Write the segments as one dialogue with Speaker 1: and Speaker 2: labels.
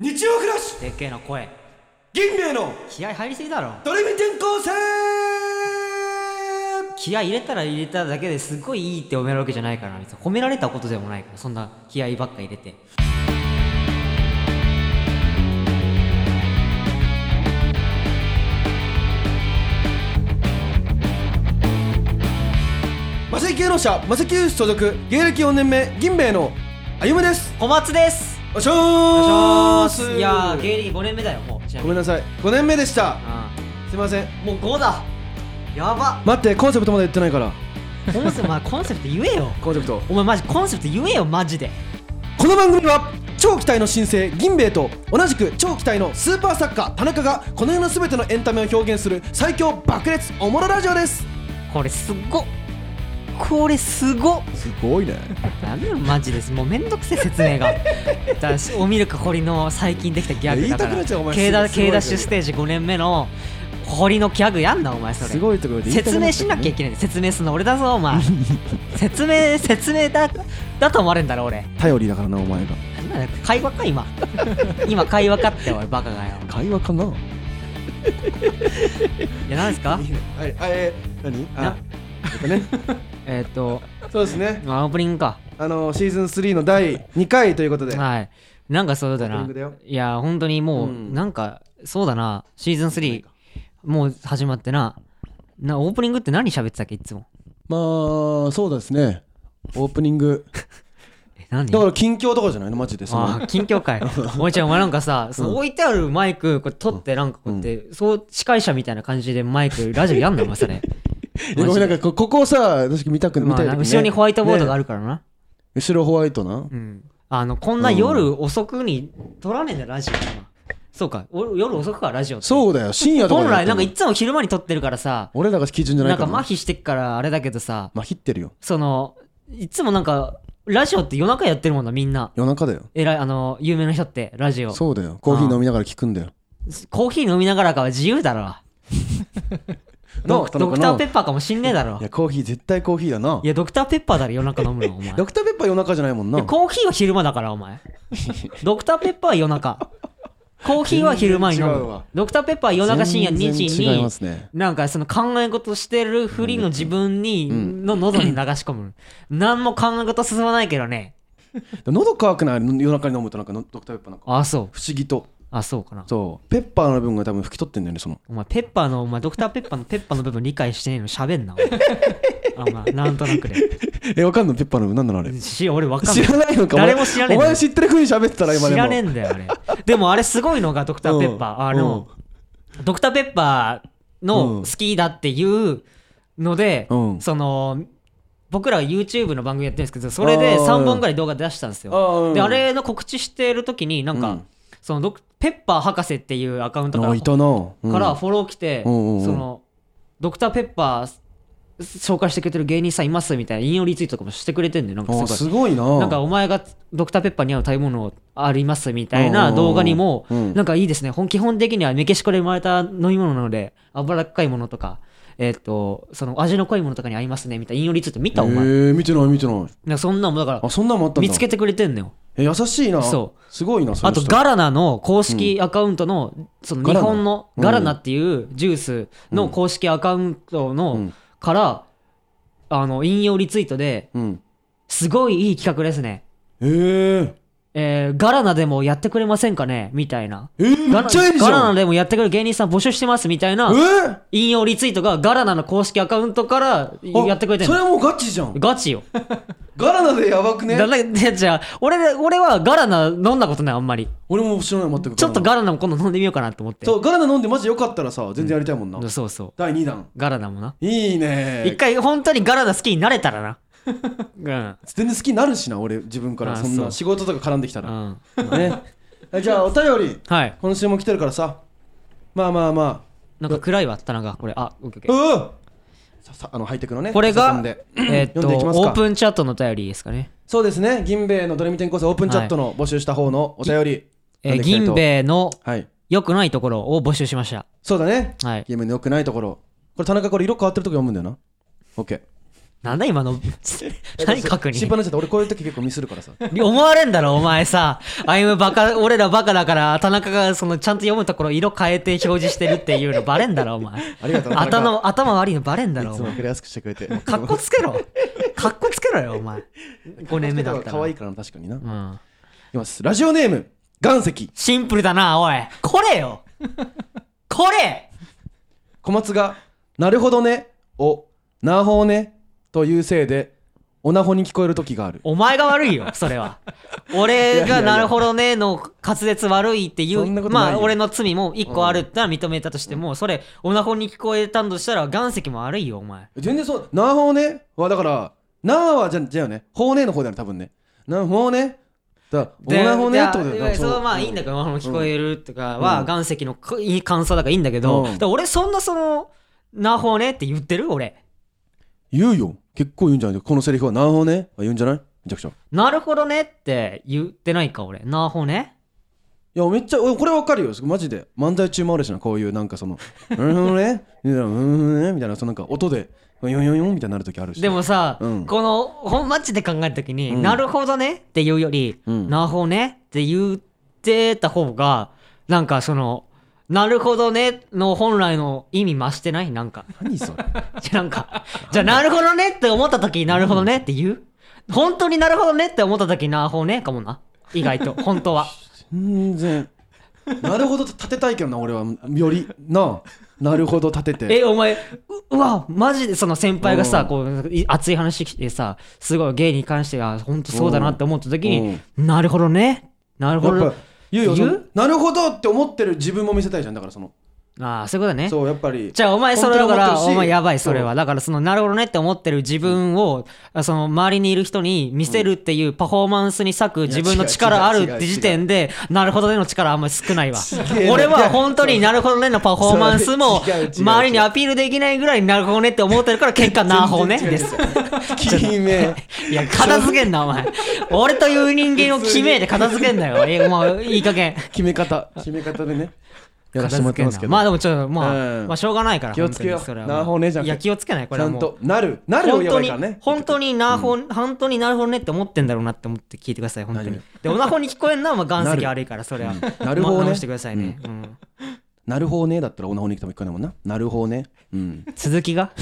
Speaker 1: 日曜暮らし
Speaker 2: でっけえな声
Speaker 1: 銀兵衛の
Speaker 2: 気合入りすぎだろ
Speaker 1: ドレミ転校生
Speaker 2: 気合入れたら入れただけですごいいいって褒められるわけじゃないからな別に褒められたことでもないからそんな気合ばっか入れて
Speaker 1: マセキ芸能者マセキユース所属芸歴4年目銀兵衛の歩夢です
Speaker 2: 小松です
Speaker 1: おしょーす
Speaker 2: いやー芸歴5年目だよもうちな
Speaker 1: ご
Speaker 2: み
Speaker 1: めん
Speaker 2: に
Speaker 1: なさい5年目でしたすいません
Speaker 2: うんもう5だやば
Speaker 1: 待ってコンセプトまで言ってないから
Speaker 2: コンセプト、まあ、コンセプト言えよ
Speaker 1: コンセプト
Speaker 2: お前マジコンセプト言えよマジで
Speaker 1: この番組は超期待の新星銀兵衛と同じく超期待のスーパー作家田中がこの世の全てのエンタメを表現する最強爆裂おもろラジオです
Speaker 2: これすごっこれすごっ
Speaker 1: すご いね
Speaker 2: ダメよマジですもうめんどくせえ説明がだしおみるか堀の最近できたギャグだか
Speaker 1: いや言いたくなっちゃうお前
Speaker 2: ら K ダ
Speaker 1: すごい
Speaker 2: ッシュステージ5年目の堀のギャグやんなお前それ
Speaker 1: すごいところで言いたく
Speaker 2: 説
Speaker 1: な
Speaker 2: 明
Speaker 1: っちゃ
Speaker 2: し
Speaker 1: うね
Speaker 2: なきゃいけない説明するの俺だぞ お前説明説明だだと思われんだろ俺
Speaker 1: 頼りだからなお前が
Speaker 2: なんだ会話 か今今会話かって俺バカがよ
Speaker 1: 会話かなはい
Speaker 2: いや何ですか
Speaker 1: あえー何あ
Speaker 2: な
Speaker 1: えっとね
Speaker 2: えーっと
Speaker 1: そうですね
Speaker 2: まあオープニングか
Speaker 1: あのシーズン3の第2回ということで
Speaker 2: はいなんかそうだ
Speaker 1: オープニ
Speaker 2: な
Speaker 1: ングだよ
Speaker 2: いや本当にもう、
Speaker 1: うん
Speaker 2: なんかそうだなシーズン3もう始まってななオープニングって何喋ってたっけいつも
Speaker 3: まあそうですねオープニング
Speaker 2: え 何
Speaker 3: だから近況とかじゃないのマジでそ
Speaker 2: あ
Speaker 3: の
Speaker 2: あ近況 会おいちゃんお前なんかさ、その置いてあるマイクこれ取ってなんかこうやって、そう司会者みたいな感じでマイクラジオ やんのお前それ
Speaker 3: えごめんなんかこここさ確か見たく見
Speaker 2: まあ
Speaker 3: たい時ね
Speaker 2: 後ろにホワイトボードがあ
Speaker 3: ね
Speaker 2: るからな、
Speaker 3: 後ろホワイトな
Speaker 2: うんあのこんな夜遅くに撮らねえんだラジオ今そうかお夜遅くかラジオって
Speaker 3: そうだよ深夜とかに
Speaker 2: 本
Speaker 3: やっ
Speaker 2: 来
Speaker 3: て
Speaker 2: なんか
Speaker 3: る
Speaker 2: いつも昼間に撮ってるからさ
Speaker 3: 俺らが基準じゃな
Speaker 2: ないん
Speaker 3: か
Speaker 2: から麻痺してっからあれだけどさ
Speaker 3: 麻痺ってるよ
Speaker 2: そのいつもなんかラジオって夜中やってるもんなみんな
Speaker 3: 夜中だよ
Speaker 2: えらいあの有名な人ってラジオ
Speaker 3: そうだよコーヒー飲みながら聞くんだよ
Speaker 2: コーヒー飲みながらかは自由だろド
Speaker 3: な田中な
Speaker 2: ドクターペッパーかもしんねえだろ
Speaker 3: いやコーヒー絶対コーヒーだない
Speaker 2: やドクターペッパーだろ夜中飲 むのお前
Speaker 3: ドクターペッパー夜中じゃないもん
Speaker 2: いや
Speaker 3: な
Speaker 2: コーヒーは昼間だからお前ドクターペッパーは夜中コーヒーは昼間に飲
Speaker 3: 全然違う
Speaker 2: む
Speaker 3: わ
Speaker 2: ドクターペッパーは夜中深夜2時
Speaker 3: 全然違い
Speaker 2: に
Speaker 3: ますね
Speaker 2: なんかその考え事してるフリーの自分にの喉に流し込む何も考え事進まないけどね
Speaker 3: 喉乾くない夜中に飲むとなんかのドクターペッパーなんか
Speaker 2: あそう
Speaker 3: 不思議と
Speaker 2: あそうかな
Speaker 3: そうペッパーの部分が多分拭き取ってんだよねその
Speaker 2: お前ペッパーのお前ドクターペッパーのペッパーの部分理解してねえの喋んなお 前あまあなんとなくで
Speaker 3: えわかんのペッパーの部分なんなのあれ
Speaker 2: し俺わかんな
Speaker 3: 知
Speaker 2: い
Speaker 3: らないのか
Speaker 2: 誰も知らねえ
Speaker 3: お
Speaker 2: んだよ
Speaker 3: 前知ってるふうに喋ってたら今で
Speaker 2: 知
Speaker 3: も
Speaker 2: らねえんだよあれでもあれすごいのがドクターペッパー、
Speaker 3: うん
Speaker 2: あの、ドクターペッパーの
Speaker 3: うん
Speaker 2: 好きだっていうので、
Speaker 3: うん
Speaker 2: その僕ら YouTube の番組やってるんですけどそれで
Speaker 3: あー
Speaker 2: 3本ぐらい動画出したんですよ
Speaker 3: あーうん
Speaker 2: であれの告知してる時になんか、
Speaker 3: うん
Speaker 2: そのドクペッパー博士っていうアカウントか
Speaker 3: あ
Speaker 2: ら
Speaker 3: いたな、うん
Speaker 2: からフォロー来て、
Speaker 3: うんうんうん
Speaker 2: そのドクターペッパー紹介してくれてる芸人さんいますみたいな引用リツイートとかもしてくれてんでなんかすご
Speaker 3: あ
Speaker 2: い
Speaker 3: すごいな
Speaker 2: なんかお前がドクターペッパーに合う食べ物ありますみたいな動画にも、
Speaker 3: うん
Speaker 2: なんかいいですね、本基本的にはメキシコで生まれた飲み物なので、脂っこいものとか、えっと、その味の濃いものとかに合いますねみたいな引用リツイート見た、お前。
Speaker 3: えー、見てない見てない
Speaker 2: なんかそんなもんだか
Speaker 3: あそんなのもあった
Speaker 2: ら、
Speaker 3: んだ
Speaker 2: 見つけてくれてんのよ。
Speaker 3: え優しいな
Speaker 2: そう
Speaker 3: すごいなそ
Speaker 2: あ
Speaker 3: の人
Speaker 2: と、ガラナの公式アカウントの、その日本のガ
Speaker 3: ガ
Speaker 2: ラ
Speaker 3: ラナ
Speaker 2: ナっていうジュースの公式アカウント
Speaker 3: う
Speaker 2: の
Speaker 3: ん
Speaker 2: から、あの、引用リツイートで、
Speaker 3: うん
Speaker 2: すごいいい企画ですね。
Speaker 3: えー、
Speaker 2: えーガラナでもやってくれませんかねみたいな。
Speaker 3: えー、め
Speaker 2: ガ
Speaker 3: っちゃいい
Speaker 2: ラ
Speaker 3: じ
Speaker 2: ガラ
Speaker 3: ゃ
Speaker 2: ナ
Speaker 3: ん
Speaker 2: でもやってくる芸人さん募集してますみたいな
Speaker 3: えー
Speaker 2: 引用リツイートがガラナの公式アカウントから
Speaker 3: あ
Speaker 2: やってくれてる
Speaker 3: それはもうガチじゃん
Speaker 2: ガチよ。
Speaker 3: ガラナでやばくね
Speaker 2: だだいやじゃあ俺ら俺はガラナ飲んだことないあんまり。
Speaker 3: 俺も知らない全く
Speaker 2: ちょっと
Speaker 3: ガラ
Speaker 2: ガラナも今度飲んでみようかなと思って。
Speaker 3: ナそうガラナ飲んでマジよかったらさ全然やりたいもんな、
Speaker 2: そうそう。
Speaker 3: 第2弾
Speaker 2: ガラナもな。
Speaker 3: いい
Speaker 2: 一
Speaker 3: ね
Speaker 2: 回本当にガラナ好きになれたらな。うん。
Speaker 3: 全然好きになるしな俺自分か
Speaker 2: あ
Speaker 3: らそん
Speaker 2: そう
Speaker 3: な仕事とか絡んできた
Speaker 2: う
Speaker 3: ら、
Speaker 2: ん、
Speaker 3: ねえ じゃあお便り
Speaker 2: はい。
Speaker 3: 今週も来てるからさまあまあま
Speaker 2: なんか暗いわ、棚が。これ。あ、オッケーオッケ
Speaker 3: あう
Speaker 2: ー
Speaker 3: わささあのハイテクのね
Speaker 2: これ
Speaker 3: パソコ
Speaker 2: が
Speaker 3: ンで、
Speaker 2: えーっと、
Speaker 3: 読んでいきますか
Speaker 2: オープンチャットのお便りですかね。
Speaker 3: そうですね銀兵衛のドレミ転校生オープンチャットの募集した方のお便り、
Speaker 2: えー
Speaker 3: 読んでいきたいと
Speaker 2: 銀兵衛の
Speaker 3: はい
Speaker 2: 良くないところを募集しました。
Speaker 3: そうだね
Speaker 2: はい。
Speaker 3: 銀兵衛の良くないところこれ田中これ色変わってるとこ読むんだよな OK
Speaker 2: なんだ今の何確
Speaker 3: 心配
Speaker 2: 認
Speaker 3: になっちゃった俺こういう時結構ミスるからさ
Speaker 2: 思われんだろお前さあいむバカ俺らバカだから田中がそのちゃんと読むところ色変えて表示してるっていうのバレんだろお前
Speaker 3: ありがとう田中
Speaker 2: 頭頭悪いのバレんだ
Speaker 3: い
Speaker 2: ろお
Speaker 3: つも
Speaker 2: 前
Speaker 3: 分かりやすくしてくれて
Speaker 2: かっこつけろかっこつけろよお前5年目だったら
Speaker 3: 可愛いからな確かにな、い
Speaker 2: うん、
Speaker 3: きますラジオネーム岩石
Speaker 2: シンプルだなおいこれよこれ
Speaker 3: 小松が「なるほどね」を「なほうね」というせいでおなほに聞こえる時がある
Speaker 2: お前が悪いよ、それは。俺
Speaker 3: いや
Speaker 2: が
Speaker 3: いや
Speaker 2: なるほどねの滑舌悪いってい
Speaker 3: そんなこ
Speaker 2: う、
Speaker 3: とないよ
Speaker 2: まあ俺の罪も一個あるってのは認めたとしても、それ、オナホに聞こえたんとしたら岩石も悪いよ、お前。
Speaker 3: 全然そう「なほうね」はだから「なあ」はじゃじゃよね「ほうね」の方だよね多分ね「なほうね」だお
Speaker 2: で
Speaker 3: なほね」ってことだ
Speaker 2: い
Speaker 3: よ
Speaker 2: や
Speaker 3: ね
Speaker 2: それはまあいいんだけど、オナホに聞こえるとかは岩石のかいい感想だからいいんだけど、
Speaker 3: うん
Speaker 2: だから俺そんなその、なほねって言ってる俺。
Speaker 3: 言うよ結構言うんじゃないこのセリフは「なほうね」は言うんじゃないめちゃくちゃい
Speaker 2: なるほどねって言ってないか、俺。なほね
Speaker 3: やめっちゃ俺これわかるよマジで漫才中もあるしなこういうなんかその 「なるほどね」みたいな「うんうんね」みたいなそのなんか音で「ヨンヨンヨン」みたいになる時あるし
Speaker 2: でもさ、
Speaker 3: うん
Speaker 2: この本マッチで考えた時に、
Speaker 3: うん
Speaker 2: なるほどねって言うより、
Speaker 3: うん
Speaker 2: なるほどねって言ってた方がなんかそのなるほどねの本来の意味増してないなんか
Speaker 3: 何それ
Speaker 2: じゃあなんかじゃあなるほどねって思った時なるほどねって言う本当になるほどねって思った時なるほどねかもな意外と本当は
Speaker 3: 全然なるほどと立てたいけどな俺はよりなあなるほど立てて
Speaker 2: えお前ううわマジでその先輩が
Speaker 3: う
Speaker 2: さ
Speaker 3: ん
Speaker 2: こうい熱い話してさすごい芸に関しては本当そうだなって思った時になるほどねなるほ
Speaker 3: やっ
Speaker 2: ど
Speaker 3: ぱ言うよ
Speaker 2: 言う
Speaker 3: そのなるほどって思ってる自分も見せたいじゃんだからその
Speaker 2: ああそういうことね
Speaker 3: そうやっぱり
Speaker 2: じゃあお前それだか
Speaker 3: 本当に
Speaker 2: ら
Speaker 3: 思ってる
Speaker 2: お
Speaker 3: し
Speaker 2: 前やばいそれはだからそのなるほどねって思ってる自分をあその周りにいる人に見せるっていうパフォーマンスに割く自分の力あるって時点でなるほどねの力あんまり少ないわ
Speaker 3: 違う
Speaker 2: 俺は本当になるほどねのパフォーマンスも
Speaker 3: 違う違う違う
Speaker 2: 周りにアピールできないぐらいなるほどねって思ってるから結果なるほどねです
Speaker 3: 決め
Speaker 2: いや片付けんなお前俺という人間を決めで片付けんなよえお前いい加減
Speaker 3: 決め方決め方でねやら
Speaker 2: 片
Speaker 3: せてもらっ
Speaker 2: 付
Speaker 3: て
Speaker 2: けん
Speaker 3: ますけ
Speaker 2: な
Speaker 3: ど
Speaker 2: まあでもちょっとまあ、
Speaker 3: うん
Speaker 2: まあしょうがないから
Speaker 3: 気をつけよう
Speaker 2: 本当にそれ
Speaker 3: な
Speaker 2: は
Speaker 3: るほどねじゃん
Speaker 2: いや気をつけないこ
Speaker 3: ち
Speaker 2: れ
Speaker 3: ゃ
Speaker 2: は
Speaker 3: ん
Speaker 2: もう
Speaker 3: となるなるを
Speaker 2: 本
Speaker 3: 言えば
Speaker 2: 当
Speaker 3: いい
Speaker 2: に
Speaker 3: からね
Speaker 2: 本当になるほ、本当になるほどねって思ってんだろうなって思って聞いてください本当にでおなほに聞こえんのはまあ岩石悪いからそれは
Speaker 3: なるほどね
Speaker 2: ま直してくださいね、うん
Speaker 3: なるほどねだったらオナホに行くとも聞こえないもんななるほどね うん
Speaker 2: 続きが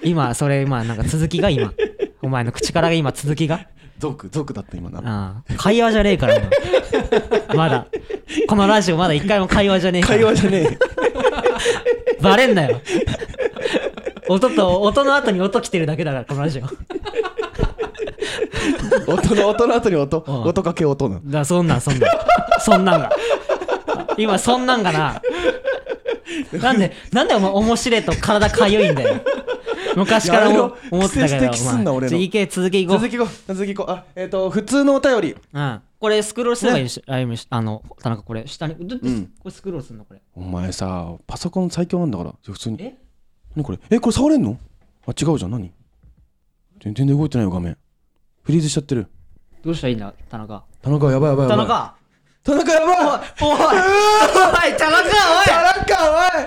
Speaker 2: 今それ今なんか続きが今お前の口からが今続きが
Speaker 3: ゾクゾクだった今な
Speaker 2: ああ会話じゃねえから なまだこのラジオまだ一回も会話じゃねえから
Speaker 3: 会話じゃねえ
Speaker 2: バレんなよ音と音の後に音来てるだけだからこのラジオだか
Speaker 3: 音の音の後に音
Speaker 2: うん
Speaker 3: 音かけ音な
Speaker 2: らそんなんそんなんそんなんが今そんなんがななんでなんでお前面白いと体かゆいんだよ昔か
Speaker 3: や
Speaker 2: ら
Speaker 3: め
Speaker 2: 思
Speaker 3: ろ
Speaker 2: 思ってたけ
Speaker 3: 癖
Speaker 2: ど
Speaker 3: 指摘すんな
Speaker 2: お
Speaker 3: 俺
Speaker 2: 前ち
Speaker 3: の
Speaker 2: ょいけ続きいこう
Speaker 3: 続きこう続きこうあえっ、と普通のお便り
Speaker 2: うん、これスクロールすればいいのし、あゆみしあの田中これ下にどど
Speaker 3: うん
Speaker 2: これスクロールすんのこれ
Speaker 3: お前さパソコン最強なんだから普通に
Speaker 2: え
Speaker 3: 何これえこれ触れんのあ違うじゃん何全然動いてないよ画面フリーズしちゃってる
Speaker 2: どうしたらいいんだ田中
Speaker 3: 田中やばいやばいや
Speaker 2: 田
Speaker 3: ばい
Speaker 2: 中
Speaker 3: 田中やばい
Speaker 2: おいおい田中
Speaker 3: 田中
Speaker 2: おい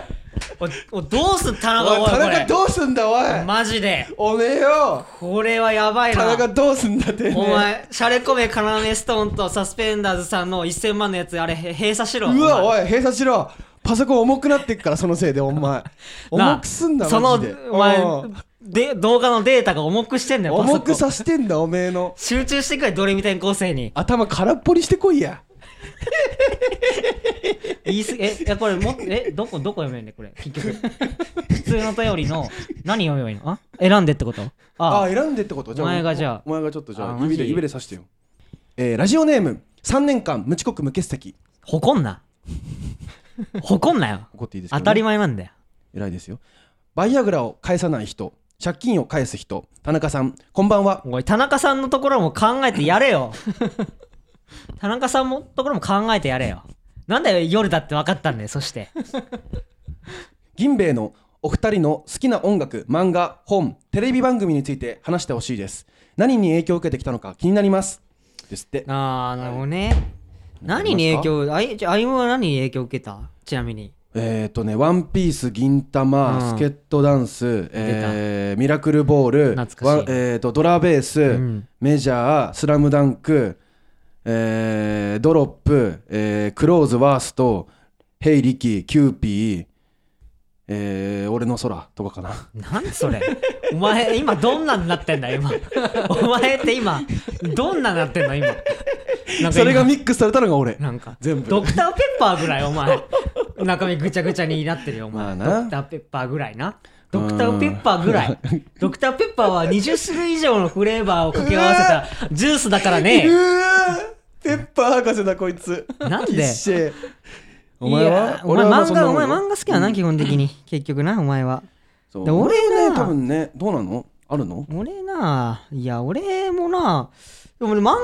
Speaker 2: おいどうすん田
Speaker 3: おいおい
Speaker 2: 中おい
Speaker 3: 田
Speaker 2: こ
Speaker 3: 中
Speaker 2: れ
Speaker 3: どうすんだおい
Speaker 2: マジで
Speaker 3: おめえよ
Speaker 2: これはやばい
Speaker 3: 田中
Speaker 2: な。
Speaker 3: どうすんだってね
Speaker 2: お前、シャレコメ、カナメストーンとサスペンダーズさんの1000万のやつ、あれ、へ閉鎖しろ。
Speaker 3: う
Speaker 2: お
Speaker 3: わ
Speaker 2: 前
Speaker 3: おい閉鎖しろパソコン重くなってっからそのせいでお前
Speaker 2: なあ
Speaker 3: 重くすんだ
Speaker 2: そ
Speaker 3: マ
Speaker 2: の
Speaker 3: ジで、
Speaker 2: お前
Speaker 3: うん、
Speaker 2: で、動画のデータが重くしてんだよ、パソコン
Speaker 3: 重くさしてんだおめえの
Speaker 2: 集中してくれ、どれみたいな構成に。
Speaker 3: 頭空っぽにしてこいや
Speaker 2: 言いすぎ、え、いやこれ、もっと、え、どこ、どこ読めんね、これ、結局。普通の便りの、何読めばいいのあ選んでってこと
Speaker 3: あ
Speaker 2: あ
Speaker 3: あ選んでってこと
Speaker 2: お前がじゃあ
Speaker 3: おお前がちょっとじゃ
Speaker 2: あ
Speaker 3: あ
Speaker 2: マジ
Speaker 3: 指で指で刺してよえーラジオネーム3年間無遅刻無欠席
Speaker 2: 誇んな。誇んなよ。
Speaker 3: 怒っていいですか、
Speaker 2: 当たり前なんだよ。
Speaker 3: 偉いですよバイアグラを返さない人借金を返す人田中さんこんばんは
Speaker 2: おい田中さんのところも考えてやれ よ田中さんのところも考えてやれよなんだよ夜だって分かったんだよ そして
Speaker 3: 銀兵衛のお二人の好きな音楽漫画本テレビ番組について話してほしいです何に影響を受けてきたのか気になりますですって
Speaker 2: ああなるほどね何に影響あいじゃあ歩夢は何に影響受けたちなみに
Speaker 3: えっ、とね「ワンピース銀玉」
Speaker 2: う
Speaker 3: ス
Speaker 2: ん
Speaker 3: ケットダンス」えーミラクルボール」
Speaker 2: 懐かしい
Speaker 3: わえー、とドラベース、
Speaker 2: ん
Speaker 3: メジャー」「スラムダンク」えードロップ」えークローズ」「ワースト」「ヘイリキ」「キューピー」えー俺の空」とかかな
Speaker 2: なんそ れお前今どんなになってんだ今お前って今どんなになってんの今なんか今
Speaker 3: それがミックスされたのが俺
Speaker 2: なんか
Speaker 3: 全部
Speaker 2: ドクターペッパーぐらいお前中身ぐちゃぐちゃになってるよお前、
Speaker 3: まあな
Speaker 2: ドクターペッパーぐらいなドクターペッパーぐらいドクターペッパーは20種類以上のフレーバーを掛け合わせたジュースだから
Speaker 3: う
Speaker 2: ね
Speaker 3: ーペッパー博士だこいつ
Speaker 2: なん
Speaker 3: きっ
Speaker 2: で
Speaker 3: しぇお前
Speaker 2: いや
Speaker 3: は
Speaker 2: お前
Speaker 3: はまあ
Speaker 2: 漫
Speaker 3: そんな
Speaker 2: 画
Speaker 3: も
Speaker 2: お
Speaker 3: んよ
Speaker 2: 前漫画好きやな、基本的に結局なお前は
Speaker 3: そう
Speaker 2: で俺
Speaker 3: はね
Speaker 2: な
Speaker 3: 多分ねどうなのあるの
Speaker 2: 俺ないや俺もなでも俺漫画も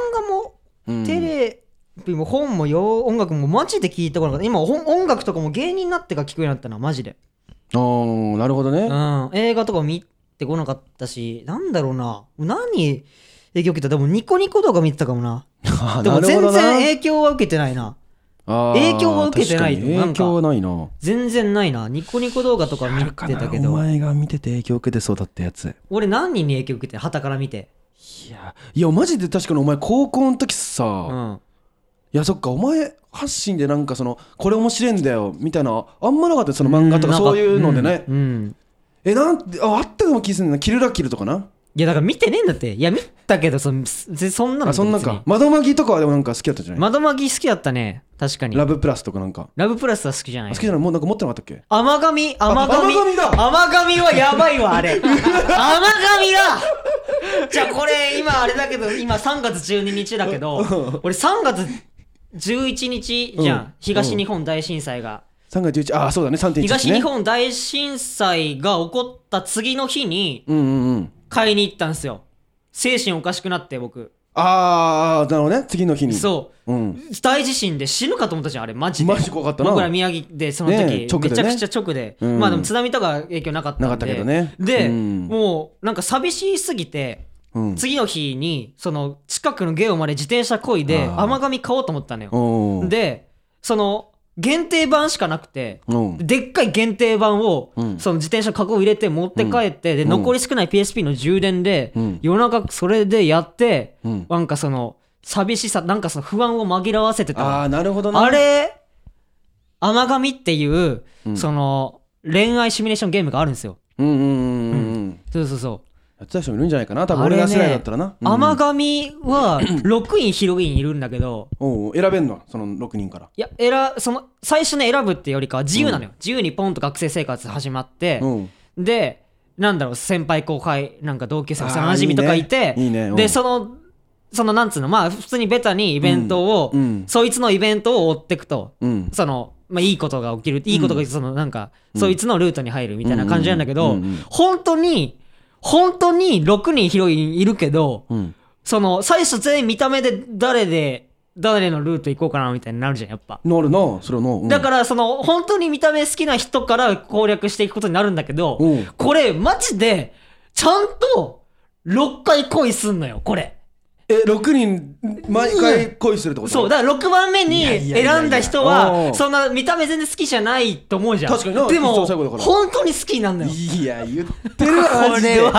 Speaker 3: うん
Speaker 2: テレビも本もよ音楽もマジで聞いてこなかった今ほん音楽とかも芸人になってから聞くようになったなマジで
Speaker 3: ああなるほどね
Speaker 2: うん、映画とかも見てこなかったし、なんだろうな、何影響受けたでもニコニコ動画見てたかもな。
Speaker 3: あー
Speaker 2: でも
Speaker 3: なるほ
Speaker 2: 全
Speaker 3: ど
Speaker 2: 然
Speaker 3: な
Speaker 2: 影響は受けてないな。
Speaker 3: あー
Speaker 2: 影響は受けてない
Speaker 3: 確かに
Speaker 2: な
Speaker 3: 影
Speaker 2: んか
Speaker 3: 響はないな
Speaker 2: 全然ないな。ニコニコ動画とか見てたけ
Speaker 3: お
Speaker 2: ど、
Speaker 3: 前が見てて影響受けてそうだったやつ
Speaker 2: 俺何人に影響受けて、旗から見て。
Speaker 3: いやいやマジで確かにお前高校の時
Speaker 2: う
Speaker 3: さ
Speaker 2: ん。
Speaker 3: いやそっかお前発信でなんかそのこれ面白いんだよみたいなあんまなかったよその漫画とか
Speaker 2: なん
Speaker 3: そういうのでね
Speaker 2: うん。うん
Speaker 3: えなんてああったような気するんだなキルラキルとかない
Speaker 2: や、だから見てねえんだって。いや、見たけど、そそそんなの
Speaker 3: あそんな
Speaker 2: 別に
Speaker 3: か窓マギとかはでもなんか好きだったじゃない
Speaker 2: 窓巻き好きだったね。確かに。
Speaker 3: ラ
Speaker 2: ラブ
Speaker 3: ブプラスとかなんか
Speaker 2: プラスは好きじゃな
Speaker 3: あ
Speaker 2: い
Speaker 3: 好き。じゃないもうなんか持ってなかったっけ
Speaker 2: 甘神甘神
Speaker 3: 甘神だ
Speaker 2: 甘神はやばいわ あれ甘神はじゃあこれ今あれだけど今3月12日だけど俺3月11日じゃん、
Speaker 3: うん
Speaker 2: 東日本大震災が、
Speaker 3: 3月11ああそうだね3.1、ね、
Speaker 2: 東日本大震災が起こった次の日に
Speaker 3: うんうんうん
Speaker 2: 買いに行ったんですよ精神おかしくなって僕、
Speaker 3: ああなるほどね次の日に、
Speaker 2: そう
Speaker 3: ん、
Speaker 2: 大地震で死ぬかと思ったじゃんあれマジで
Speaker 3: マジ怖かったな
Speaker 2: 僕ら宮城でその時、
Speaker 3: ねえ直でね
Speaker 2: めちゃくちゃ直で、
Speaker 3: うん
Speaker 2: まあでも津波とか影響なかったんで
Speaker 3: なかったけどね
Speaker 2: で、
Speaker 3: うん
Speaker 2: もうなんか寂しすぎて
Speaker 3: うん、
Speaker 2: 次の日にその近くのゲオまで自転車こいで
Speaker 3: あー
Speaker 2: 甘髪買おうと思ったのよ
Speaker 3: おー
Speaker 2: でその限定版しかなくて
Speaker 3: うん
Speaker 2: でっかい限定版を、
Speaker 3: うん
Speaker 2: その自転車カゴ入れて持って帰って、で
Speaker 3: うん
Speaker 2: 残り少ない PSP の充電で、
Speaker 3: うん
Speaker 2: 夜中それでやって、
Speaker 3: うん
Speaker 2: なんかその寂しさなんかその不安を紛らわせてた
Speaker 3: あ
Speaker 2: わ
Speaker 3: あなるほどね
Speaker 2: あれ甘神っていう、
Speaker 3: うん
Speaker 2: その恋愛シミュレーションゲームがあるんですよ
Speaker 3: うんうんうんうんうん
Speaker 2: そうそうそう
Speaker 3: やってた人もいるんじゃないかな多分俺ら世代だったらな、うん
Speaker 2: 甘神 は6人ヒロインいるんだけど
Speaker 3: おう選べんのその6人から
Speaker 2: いや選その最初に選ぶってよりかは自由なのよ、自由にポンと学生生活始まって、
Speaker 3: うん
Speaker 2: でなんだろう先輩後輩なんか同級生
Speaker 3: あー
Speaker 2: 幼馴染とかいて
Speaker 3: いいねいいねうん
Speaker 2: でそのそのなんつうのまあ普通にベタにイベントを、
Speaker 3: うんうん
Speaker 2: そいつのイベントを追ってくと
Speaker 3: うん
Speaker 2: その、まあ、いいことが起きるいいことがそのなんか、そいつのルートに入るみたいな感じなんだけど、
Speaker 3: うんうんうんうん
Speaker 2: 本当に本当に6人ヒロインいるけど、
Speaker 3: うん
Speaker 2: その最初全員見た目で誰で誰のルート行こうかなみたいになるじゃんやっぱ、
Speaker 3: なるなそれの、うん
Speaker 2: だからその本当に見た目好きな人から攻略していくことになるんだけど、
Speaker 3: うん
Speaker 2: これマジでちゃんと6回恋すんのよこれ
Speaker 3: え6人毎回恋するってこと
Speaker 2: そうだから6番目に
Speaker 3: やいやいやいや
Speaker 2: 選んだ人
Speaker 3: お
Speaker 2: は
Speaker 3: う
Speaker 2: そんな見た目全然好きじゃないと思うじゃん
Speaker 3: 確かにな
Speaker 2: で
Speaker 3: 一
Speaker 2: も
Speaker 3: 番最後だから
Speaker 2: 本当に好きなんだよ
Speaker 3: いや言って
Speaker 2: これ
Speaker 3: るわマジで
Speaker 2: は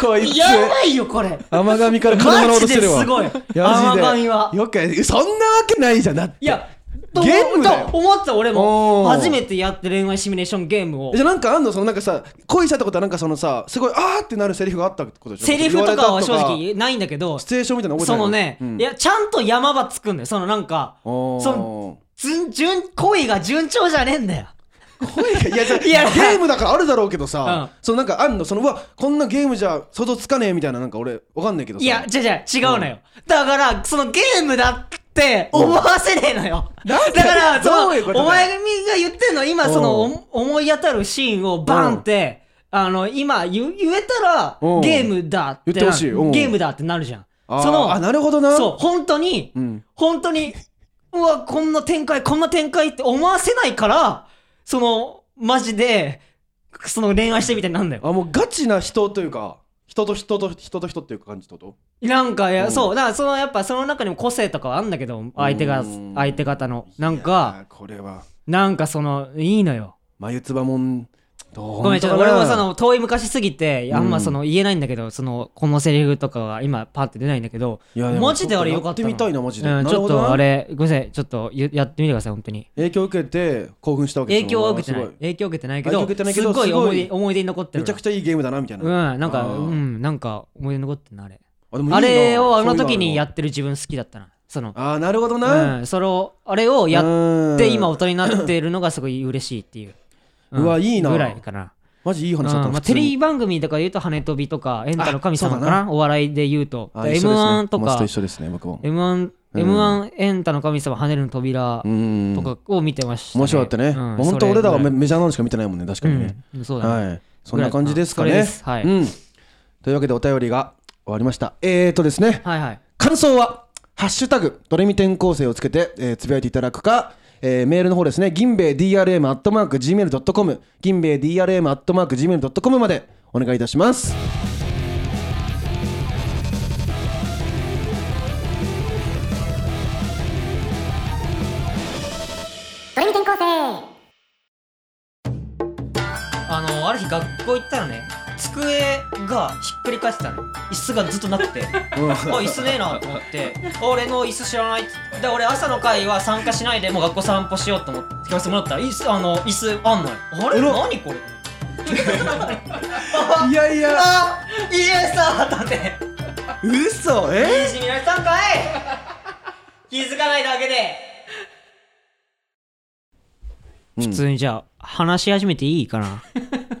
Speaker 3: こいつ
Speaker 2: やばいよこれ
Speaker 3: 甘神から子供のことしてるわ
Speaker 2: マジですごい
Speaker 3: マジで甘
Speaker 2: 甘神は
Speaker 3: よくやそんなわけないじゃんだって
Speaker 2: いやと
Speaker 3: ゲームだよ
Speaker 2: と思った俺
Speaker 3: お
Speaker 2: も
Speaker 3: ー
Speaker 2: 初めてやって恋愛シミュレーションゲームを
Speaker 3: じゃあなんかあんのそのなんかさ恋したってことはなんかそのさすごいあーってなるセリフがあったってことでしょ
Speaker 2: セリフとか
Speaker 3: 言わ
Speaker 2: は正
Speaker 3: れたとか
Speaker 2: 直ないんだけど
Speaker 3: シチュエーションみたいなの覚え
Speaker 2: そ
Speaker 3: てない
Speaker 2: のね、
Speaker 3: うん
Speaker 2: いやちゃんと山場つくんだよそのなんか
Speaker 3: おー
Speaker 2: その順順恋が順調じゃねえんだよ
Speaker 3: 声がいやじゃあ
Speaker 2: いや
Speaker 3: ゲームだからあるだろうけどさ、
Speaker 2: う
Speaker 3: そのなんかあんのそのうわこんなゲームじゃ想像つかねえみたいななんか俺わかんないけどさ
Speaker 2: いやじゃじゃ違うのよ、だからそのゲームだって思わせねえのよ、だ
Speaker 3: なんで
Speaker 2: からその
Speaker 3: どういうことだよ
Speaker 2: お前が言ってんの今その
Speaker 3: うん
Speaker 2: お思い当たるシーンをバンって、あの今言言えたら
Speaker 3: うん
Speaker 2: ゲームだってな
Speaker 3: 言ってほしいうん
Speaker 2: ゲームだってなるじゃん
Speaker 3: あー
Speaker 2: その
Speaker 3: あなるほどな
Speaker 2: そう本当に、
Speaker 3: ん
Speaker 2: 本当にうわこんな展開こんな展開って思わせないからそのマジでその恋愛してみたいになるんだよ
Speaker 3: あもうガチな人というか人と人と人と人っていう感じってこと
Speaker 2: なんかいや、
Speaker 3: うん
Speaker 2: そうだからそのやっぱその中にも個性とかはあるんだけど相手が
Speaker 3: うん
Speaker 2: 相手方のなんか
Speaker 3: いやーこれは
Speaker 2: なんかそのいいのよ
Speaker 3: 眉唾もんどう
Speaker 2: ごめんちょっと
Speaker 3: か
Speaker 2: 俺
Speaker 3: な
Speaker 2: もその遠い昔すぎてあん
Speaker 3: う
Speaker 2: ま
Speaker 3: ん
Speaker 2: その言えないんだけど、そのこのセリフとかは今パッて出ないんだけど
Speaker 3: いやでも
Speaker 2: マジであれよかった
Speaker 3: ちょっとやってみたいなマジで
Speaker 2: うん、
Speaker 3: な
Speaker 2: ち
Speaker 3: る
Speaker 2: ょ
Speaker 3: ほ
Speaker 2: っ
Speaker 3: どな
Speaker 2: とあれごめんなさいちょっとゆやってみてください本当に
Speaker 3: 影響を受けて興奮したわけでし
Speaker 2: 影
Speaker 3: ょ
Speaker 2: 響は受けてない
Speaker 3: すご
Speaker 2: 影響受けてないけど
Speaker 3: 影響受けてないけど
Speaker 2: すごい
Speaker 3: すごい
Speaker 2: 思い出思い出に残ってる
Speaker 3: めちゃくちゃいいゲームだなみたいな、
Speaker 2: うんなんか
Speaker 3: あー
Speaker 2: うんなんか思い出に残ってるなあれ
Speaker 3: あでもいいな
Speaker 2: あれをあの時にや
Speaker 3: そういうのある
Speaker 2: ってる自分好きだったなその
Speaker 3: あーなるほどな、
Speaker 2: うんそれをあれをやっ
Speaker 3: や
Speaker 2: て今大人になってるのがすごい嬉しいっていう、ん
Speaker 3: うわいいな
Speaker 2: ぐらいかな
Speaker 3: マジいい話だった
Speaker 2: うん
Speaker 3: な
Speaker 2: まあ、
Speaker 3: 普通
Speaker 2: テ
Speaker 3: に
Speaker 2: レビ番組とかで言うと「跳ね飛び」とか「エンタの神様」
Speaker 3: あ
Speaker 2: か
Speaker 3: そうだ
Speaker 2: なお笑いで言うと「
Speaker 3: あ一緒ですね
Speaker 2: M‐1」と
Speaker 3: マス
Speaker 2: か
Speaker 3: と一緒ですね僕も
Speaker 2: 「M‐1」
Speaker 3: うん
Speaker 2: M1 エンタの神様跳ねるの扉
Speaker 3: う」ん
Speaker 2: とかを見てました、
Speaker 3: 面白かったね、
Speaker 2: うん
Speaker 3: 本当俺らは
Speaker 2: そ
Speaker 3: メ
Speaker 2: れぐ
Speaker 3: メジャーなのしか見てないもんね確から
Speaker 2: い
Speaker 3: にね、
Speaker 2: うんそうだね、
Speaker 3: はいそんな感じですかね
Speaker 2: それですはい
Speaker 3: うん、というわけでお便りが終わりましたえーとですね
Speaker 2: はいはい
Speaker 3: 感想は「ハッシュタグドレミ転校生」をつけて、えーつぶやいていただくか、えーメールの方ですね銀兵衛 DRM.gmail.com 銀兵衛 DRM.gmail.com までお願いいたします
Speaker 4: ドレミ転校生
Speaker 2: あのある日学校行ったらね机がひっくり返ってたの椅子がずっとなくてあ椅子ねえなと思ってあ俺の椅子知らないっつってで俺朝の会は参加しないでもう学校散歩しようと思って聞かせてもらったら椅子あの椅子あんのよあれ
Speaker 3: うろ
Speaker 2: 何これ
Speaker 3: いやいや
Speaker 2: あイエスだと思って
Speaker 3: 嘘え
Speaker 2: いじめられたんかい気づかないだけで普通にじゃあ話し始めていいかな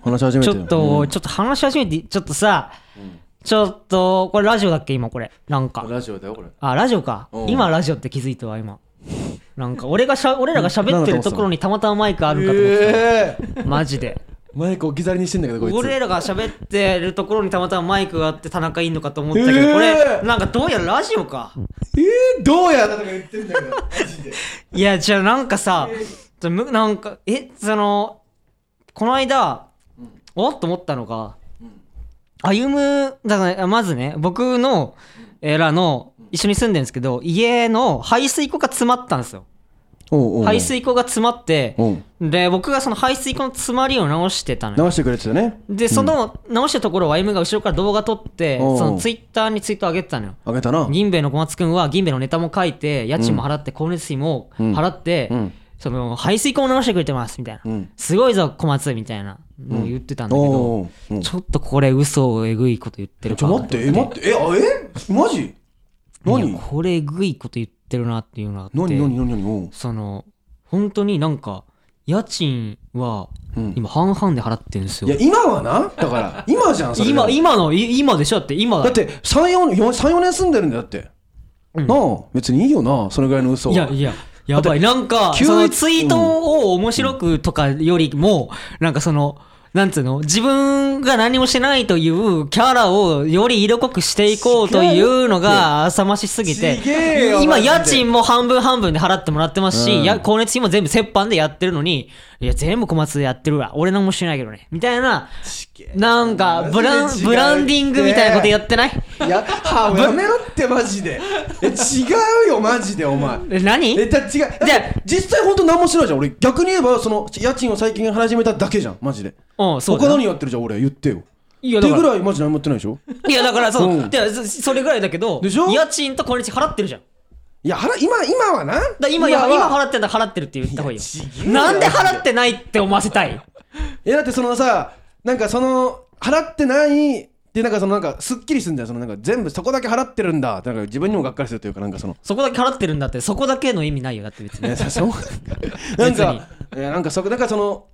Speaker 3: 話し始め
Speaker 2: ち
Speaker 3: て
Speaker 2: ょっと、ちょっと話し始めて、ちょっとさ、ちょっと、これラジオだっけ今これ。なんか。
Speaker 3: ラジオだよこれ
Speaker 2: あ、ラジオか
Speaker 3: う。ん
Speaker 2: 今ラジオって気づいたわ、今。なんか、俺がしゃ、俺らが喋ってるところにたまたまマイクあるかと思って
Speaker 3: ええ
Speaker 2: た。マジで。
Speaker 3: マイク置き去りにしてんだけどこいつ
Speaker 2: 俺らが喋ってるところにたまたまマイクがあって田中いいのかと思ったけ
Speaker 3: え
Speaker 2: ど、
Speaker 3: ー
Speaker 2: これ、なんかどうやらラジオか。
Speaker 3: えどうやったとか言ってんだけど
Speaker 2: いや、じゃあなんかさ、じゃあむなんか、え、その、この間、おっと思ったのが、歩む、だからまずね、僕の、えーらの、一緒に住んでるんですけど、家の排水溝が詰まったんですよ。
Speaker 3: おうおう
Speaker 2: 排水溝が詰まって、
Speaker 3: うん
Speaker 2: で、僕がその排水溝の詰まりを直してたのよ
Speaker 3: 直してくれてたね
Speaker 2: で、その直したところを歩むが後ろから動画撮って、
Speaker 3: おう
Speaker 2: そのツイッターにツイート上げてたのよ。
Speaker 3: あげたな
Speaker 2: 銀兵衛の小松君は銀兵衛のネタも書いて家賃も払って光熱費も払って、
Speaker 3: うん
Speaker 2: その排水溝も直してくれてますみたいな、
Speaker 3: うん
Speaker 2: すごいぞ小松みたいなのを言ってたんだけど、
Speaker 3: おうおう
Speaker 2: ちょっとこれ嘘をえぐいこと言ってる
Speaker 3: ち
Speaker 2: か
Speaker 3: ょ
Speaker 2: な
Speaker 3: 待ってえ待ってえあえマジ
Speaker 2: いや
Speaker 3: 何
Speaker 2: これえぐいこと言ってるなっていうのがあって
Speaker 3: 何何何何おう
Speaker 2: その本当になんか家賃は
Speaker 3: うん
Speaker 2: 今半々で払ってるんです
Speaker 3: い
Speaker 2: よ、
Speaker 3: や今はなだから 今じゃんそれ
Speaker 2: 今
Speaker 3: だ
Speaker 2: 今のい今でしょだって今だ
Speaker 3: って34年住んでるんだよだって
Speaker 2: うん
Speaker 3: なあ別にいいよなそのぐらいの嘘
Speaker 2: いやいや、やばい。なんか、
Speaker 3: 急に
Speaker 2: そのツイートを面白くとかよりも、なんかその、なんつうの自分が何もしてないというキャラをより色濃くしていこうというのが浅ましすぎて
Speaker 3: ちげえよ、マ
Speaker 2: 今
Speaker 3: ジで
Speaker 2: 家賃も半分半分で払ってもらってます
Speaker 3: うん
Speaker 2: し、や光熱費も全部折半でやってるのに、いや、全部小松でやってるわ。俺何もしてないけどね。みたいな、なんか、ブラ
Speaker 3: マジで違
Speaker 2: ン、
Speaker 3: う
Speaker 2: ブランディングみたいなことやってない
Speaker 3: い やはやめろってマジでえ違うよマジでお前
Speaker 2: え何
Speaker 3: えだ違うだって
Speaker 2: じゃあ
Speaker 3: 実際本当何もしないじゃん俺逆に言えばその家賃を最近始めただけじゃんマジで
Speaker 2: うん、そうだ
Speaker 3: 他
Speaker 2: よ。
Speaker 3: 何やってるじゃん俺言ってよ
Speaker 2: いや
Speaker 3: っ
Speaker 2: だ
Speaker 3: て
Speaker 2: から
Speaker 3: ぐらいマジ何もやってないでしょ
Speaker 2: いやだからそ
Speaker 3: うん
Speaker 2: の、でそそれぐらいだけど
Speaker 3: でしょ
Speaker 2: 家賃と光熱費払ってるじゃん
Speaker 3: いや払今今はな
Speaker 2: だ今や
Speaker 3: は
Speaker 2: 今払ってんだ払ってるって言った方がい
Speaker 3: い
Speaker 2: い
Speaker 3: や違う
Speaker 2: よ
Speaker 3: よ
Speaker 2: なんで払ってないって思わせたい
Speaker 3: えだってそのさなんかその払ってないでなんかそのなんかすっきりすんだよそのなんか全部そこだけ払ってるんだってなんか自分にもがっかりするというかなんかその
Speaker 2: そこだけ払ってるんだってそこだけの意味ないよだって別に
Speaker 3: ねさそうなんかいやなんかそこなんかその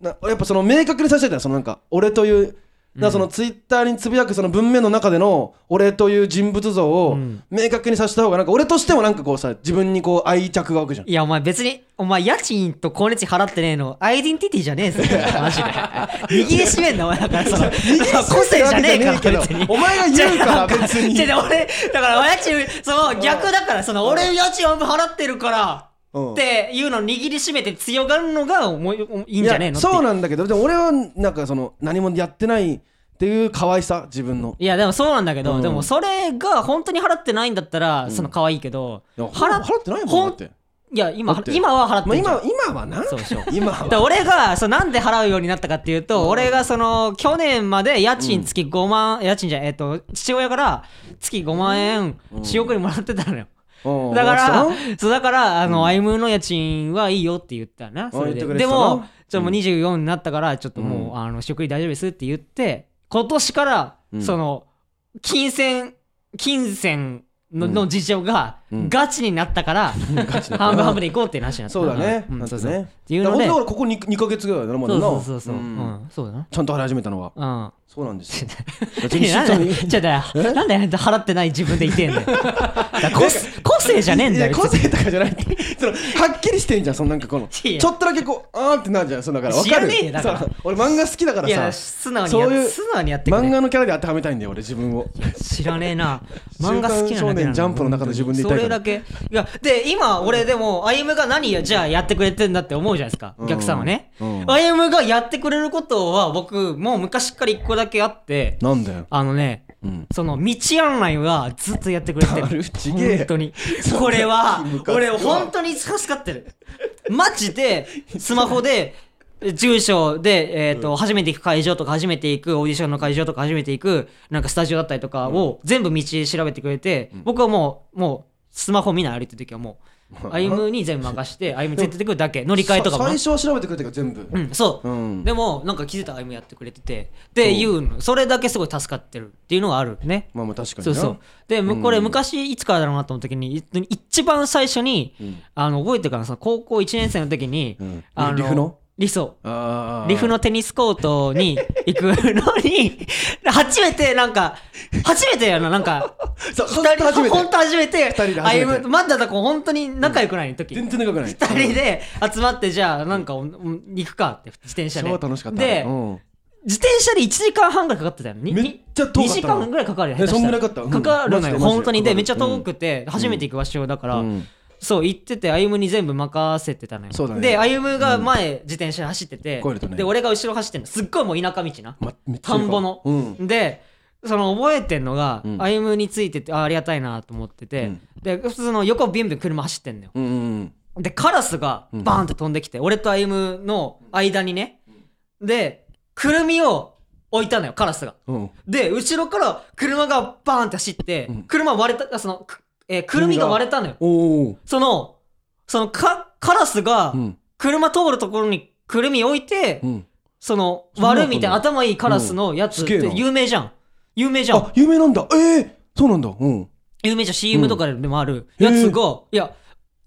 Speaker 3: なやっぱその明確にさせてたよそのなんか俺というだからそのツイッターにつぶやくその文面の中での俺という人物像を
Speaker 2: ん
Speaker 3: 明確にさせた方がなんか俺としてもなんかこうさ自分にこう愛着が湧くじゃん
Speaker 2: いやお前別にお前家賃と光熱費払ってねえのアイデンティティじゃねえぞマ ジで握りしめんなお前だからその個性じゃねえから別に
Speaker 3: お前が言うから別 に
Speaker 2: じゃあ俺だから家賃その逆だからその俺家賃半分払ってるから
Speaker 3: うん
Speaker 2: っていうのを握りしめて強がるのがおもいいいん
Speaker 3: い
Speaker 2: じ
Speaker 3: や
Speaker 2: ゃねえのってい
Speaker 3: そうなんだけどでも俺はなんかその何もやってないっていう可愛さ自分の
Speaker 2: いやでもそうなんだけど、
Speaker 3: うん
Speaker 2: でもそれが本当に払ってないんだったら、その可愛いけど
Speaker 3: いやほ
Speaker 2: 払っ
Speaker 3: 払ってないもんだって
Speaker 2: いや
Speaker 3: だ
Speaker 2: 今
Speaker 3: って
Speaker 2: 今は払って
Speaker 1: まあ、
Speaker 2: るじゃん
Speaker 1: 今今はな
Speaker 2: そうでしょ
Speaker 3: 今
Speaker 2: だ
Speaker 3: は
Speaker 2: から俺がそうなんで払うようになったかっていうと、俺がその去年まで家賃月5万、家賃じゃないえっと父親から月5万円仕送りもらってたのよ、
Speaker 3: うん
Speaker 2: だか
Speaker 3: う
Speaker 2: ら
Speaker 3: ん、
Speaker 2: そうだから、あの、アイムの家賃はいいよって言ったな、そ
Speaker 3: 言
Speaker 2: れ
Speaker 3: って
Speaker 2: で。
Speaker 3: くれて
Speaker 2: で
Speaker 3: たな
Speaker 2: も、ちょっともう24になったから、ちょっともう、あの、食費大丈夫ですって言って、今年から、
Speaker 3: うん
Speaker 2: その、金銭、金銭の,、
Speaker 3: うん
Speaker 2: の事情が、
Speaker 3: うん
Speaker 2: ガチになっ たから、半分半分でいこうっていう話になった。
Speaker 3: そうだね
Speaker 2: うん
Speaker 3: だって
Speaker 2: そうそう。っ
Speaker 3: ね
Speaker 2: ていう
Speaker 3: だ
Speaker 2: の
Speaker 3: からだ
Speaker 2: で、
Speaker 3: か
Speaker 2: そ
Speaker 3: らここ 2, 二ヶ月ぐらいだなまだ
Speaker 2: う
Speaker 3: な
Speaker 2: そうそうそう。うんん、そうだな。
Speaker 3: ちゃんと払い始めたのは
Speaker 2: うん。
Speaker 3: そうなんです よ別に
Speaker 2: えなんで、ちょっとなんで払ってない自分でいてん だよ。だから個性個性じゃねえんだ
Speaker 3: い
Speaker 2: よ。
Speaker 3: や
Speaker 2: 別に
Speaker 3: 個性とかじゃないってそのはっきりしてんじゃんそのなんかこの
Speaker 2: いや
Speaker 3: ちょっとだけこうあーってなるじゃんそのだから分かる
Speaker 2: 知らねえよだから
Speaker 3: そう俺漫画好きだか
Speaker 2: いや
Speaker 3: らさ
Speaker 2: 素直に
Speaker 3: そう
Speaker 2: や
Speaker 3: いう
Speaker 2: 素直にやってくれ
Speaker 3: 漫画のキャラで当てはめたいんだよ俺自分を
Speaker 2: 知らねえ な漫画好き
Speaker 3: 週刊
Speaker 2: な
Speaker 3: 少
Speaker 2: だけな
Speaker 3: 年
Speaker 2: の
Speaker 3: ジャンプの中で自分でいたい
Speaker 2: そ
Speaker 3: から
Speaker 2: れだけいやで今俺でも歩夢が何やじゃあやってくれてんだって思うじゃないですかお客さんはね
Speaker 3: うん
Speaker 2: 歩夢がやってくれることは僕もう昔から一個だけあって
Speaker 3: なんだよ
Speaker 2: あのね
Speaker 3: うん
Speaker 2: その道案内はずっとやってくれてる
Speaker 3: だるちげえ
Speaker 2: 本当にこれは
Speaker 3: ムカつくわ
Speaker 2: 俺本当に助かってるマジでスマホで住所で、えーと初めて行く会場とか初めて行くオーディションの会場とか初めて行くなんかスタジオだったりとかを全部道調べてくれて、僕はもうもうスマホ見ない歩いてる時はもう歩夢に全部任して歩夢連れてってくるだけ乗り換えとかも
Speaker 3: さ最
Speaker 2: な
Speaker 3: 初は調べてくれたけど全部
Speaker 2: うん、そう、
Speaker 3: うん
Speaker 2: でもなんか気づいたら歩夢やってくれててで言うのそれだけすごい助かってるっていうのがあるね
Speaker 3: まあまあ確かに
Speaker 2: そう
Speaker 3: な
Speaker 2: そうでむこれ昔いつからだろうなと思った時にい一番最初に、あの覚えてるかなその高校1年生の時に、
Speaker 3: ん
Speaker 2: あ
Speaker 3: リフの
Speaker 2: リソ
Speaker 3: あー
Speaker 2: リフのテニスコートに行くのに 初めてなんか初めてやななんか
Speaker 3: そう本
Speaker 2: 二
Speaker 3: 当初めて
Speaker 2: 本当初めて
Speaker 3: 人で初めて
Speaker 2: あいむまだだこう本当に仲良くない時、
Speaker 3: 全然長くない
Speaker 2: 二人で集まってじゃあなんかおうん行くかって自転車で
Speaker 3: 超楽しかった
Speaker 2: で、
Speaker 3: うん
Speaker 2: 自転車で1時間半ぐらいかかってたよに
Speaker 3: めっちゃ遠かったの
Speaker 2: 2時間ぐらいかかるよ
Speaker 3: え
Speaker 2: 下手した
Speaker 3: そんぐらいかかったうん
Speaker 2: かか
Speaker 3: マジ
Speaker 2: るのよ
Speaker 3: でマジで
Speaker 2: 本当にで
Speaker 3: かかる
Speaker 2: めっちゃ遠くて初めて行く場所だから、
Speaker 3: うん
Speaker 2: そう行ってて歩夢に全部任せてたのよ
Speaker 3: そうだね
Speaker 2: で歩夢が前、自転車で走ってて
Speaker 3: こういうのね
Speaker 2: で俺が後ろ走ってんのすっごいもう田舎道な、
Speaker 3: まめっちゃい
Speaker 2: 田
Speaker 3: いか
Speaker 2: んぼの、
Speaker 3: うん
Speaker 2: でその覚えてんのが、
Speaker 3: ん
Speaker 2: 歩夢についててあありがたいなと思ってて、
Speaker 3: うん
Speaker 2: で普通の横ビュンビュン車走ってんのよ
Speaker 3: うんうん
Speaker 2: でカラスがバーンって飛んできて、俺と歩夢の間にねでくるみを置いたのよカラスが
Speaker 3: うんうん
Speaker 2: で後ろから車がバーンって走って、
Speaker 3: うん
Speaker 2: 車割れたあそのく,、えーくるみが割れたのよ
Speaker 3: おお
Speaker 2: そのそのかカラスが
Speaker 3: うん
Speaker 2: 車通るところにくるみ置いて、
Speaker 3: うん
Speaker 2: その
Speaker 3: んなこと
Speaker 2: 割るみたいな頭いいカラスのやつ
Speaker 3: うんす
Speaker 2: っ
Speaker 3: げえ
Speaker 2: て
Speaker 3: な
Speaker 2: 有名じゃん有名じゃん
Speaker 3: あ有名なんだえーそうなんだうん
Speaker 2: 有名じゃん CM とかでもあるやつが、いや